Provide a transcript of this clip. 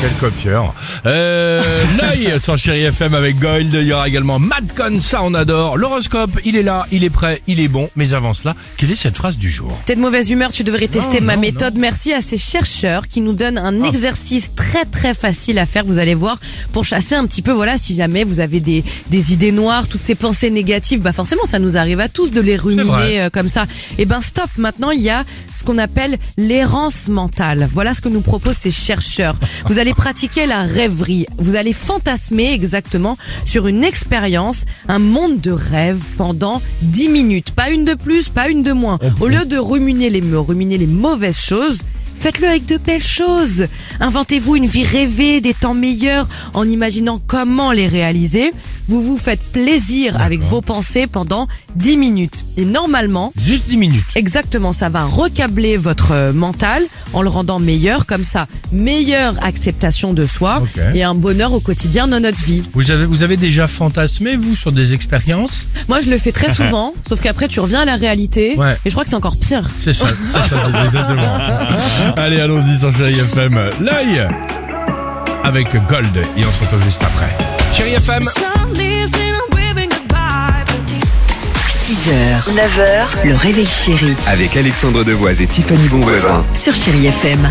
Quel copieur. Euh, Noy sur Chéri FM avec Gold. Il y aura également Madcon, ça on adore. L'horoscope, il est là, il est prêt, il est bon. Mais avant cela, quelle est cette phrase du jour T'es de mauvaise humeur, tu devrais tester non, ma non. Ah. méthode. Merci à ces chercheurs qui nous donnent un exercice très très facile à faire, vous allez voir, pour chasser un petit peu, voilà, si jamais vous avez des, des idées noires, toutes ces pensées négatives, bah forcément ça nous arrive à tous de les vrai. ruminer euh, comme ça. Et ben stop, maintenant il y a ce qu'on appelle l'errance mentale. Voilà ce que nous proposent ces chercheurs. Vous allez pratiquer la rêverie, vous allez fantasmer exactement sur une expérience, un monde de rêve pendant 10 minutes. Pas une de plus, pas une de moins. Au lieu de ruminer les, ruminer les mauvaises choses, Faites-le avec de belles choses. Inventez-vous une vie rêvée, des temps meilleurs, en imaginant comment les réaliser. Vous vous faites plaisir avec vos pensées pendant 10 minutes. Et normalement, Juste 10 minutes. Exactement, ça va recabler votre euh, mental en le rendant meilleur, comme ça, meilleure acceptation de soi Ok. et un bonheur au quotidien dans notre vie. Vous avez, vous avez déjà fantasmé, vous, sur des expériences Moi, je le fais très souvent, sauf qu'après, tu reviens à la réalité Ouais. et je crois que c'est encore pire. C'est ça, c'est ça, c'est exactement. Allez, allons-y sur Chéri FM. L'œil avec Gold. Et on se retrouve juste après. Chéri FM. 6h, 9h, le réveil chéri Avec Alexandre Devoise et Tiffany Bonvoisin. sur Chéri FM.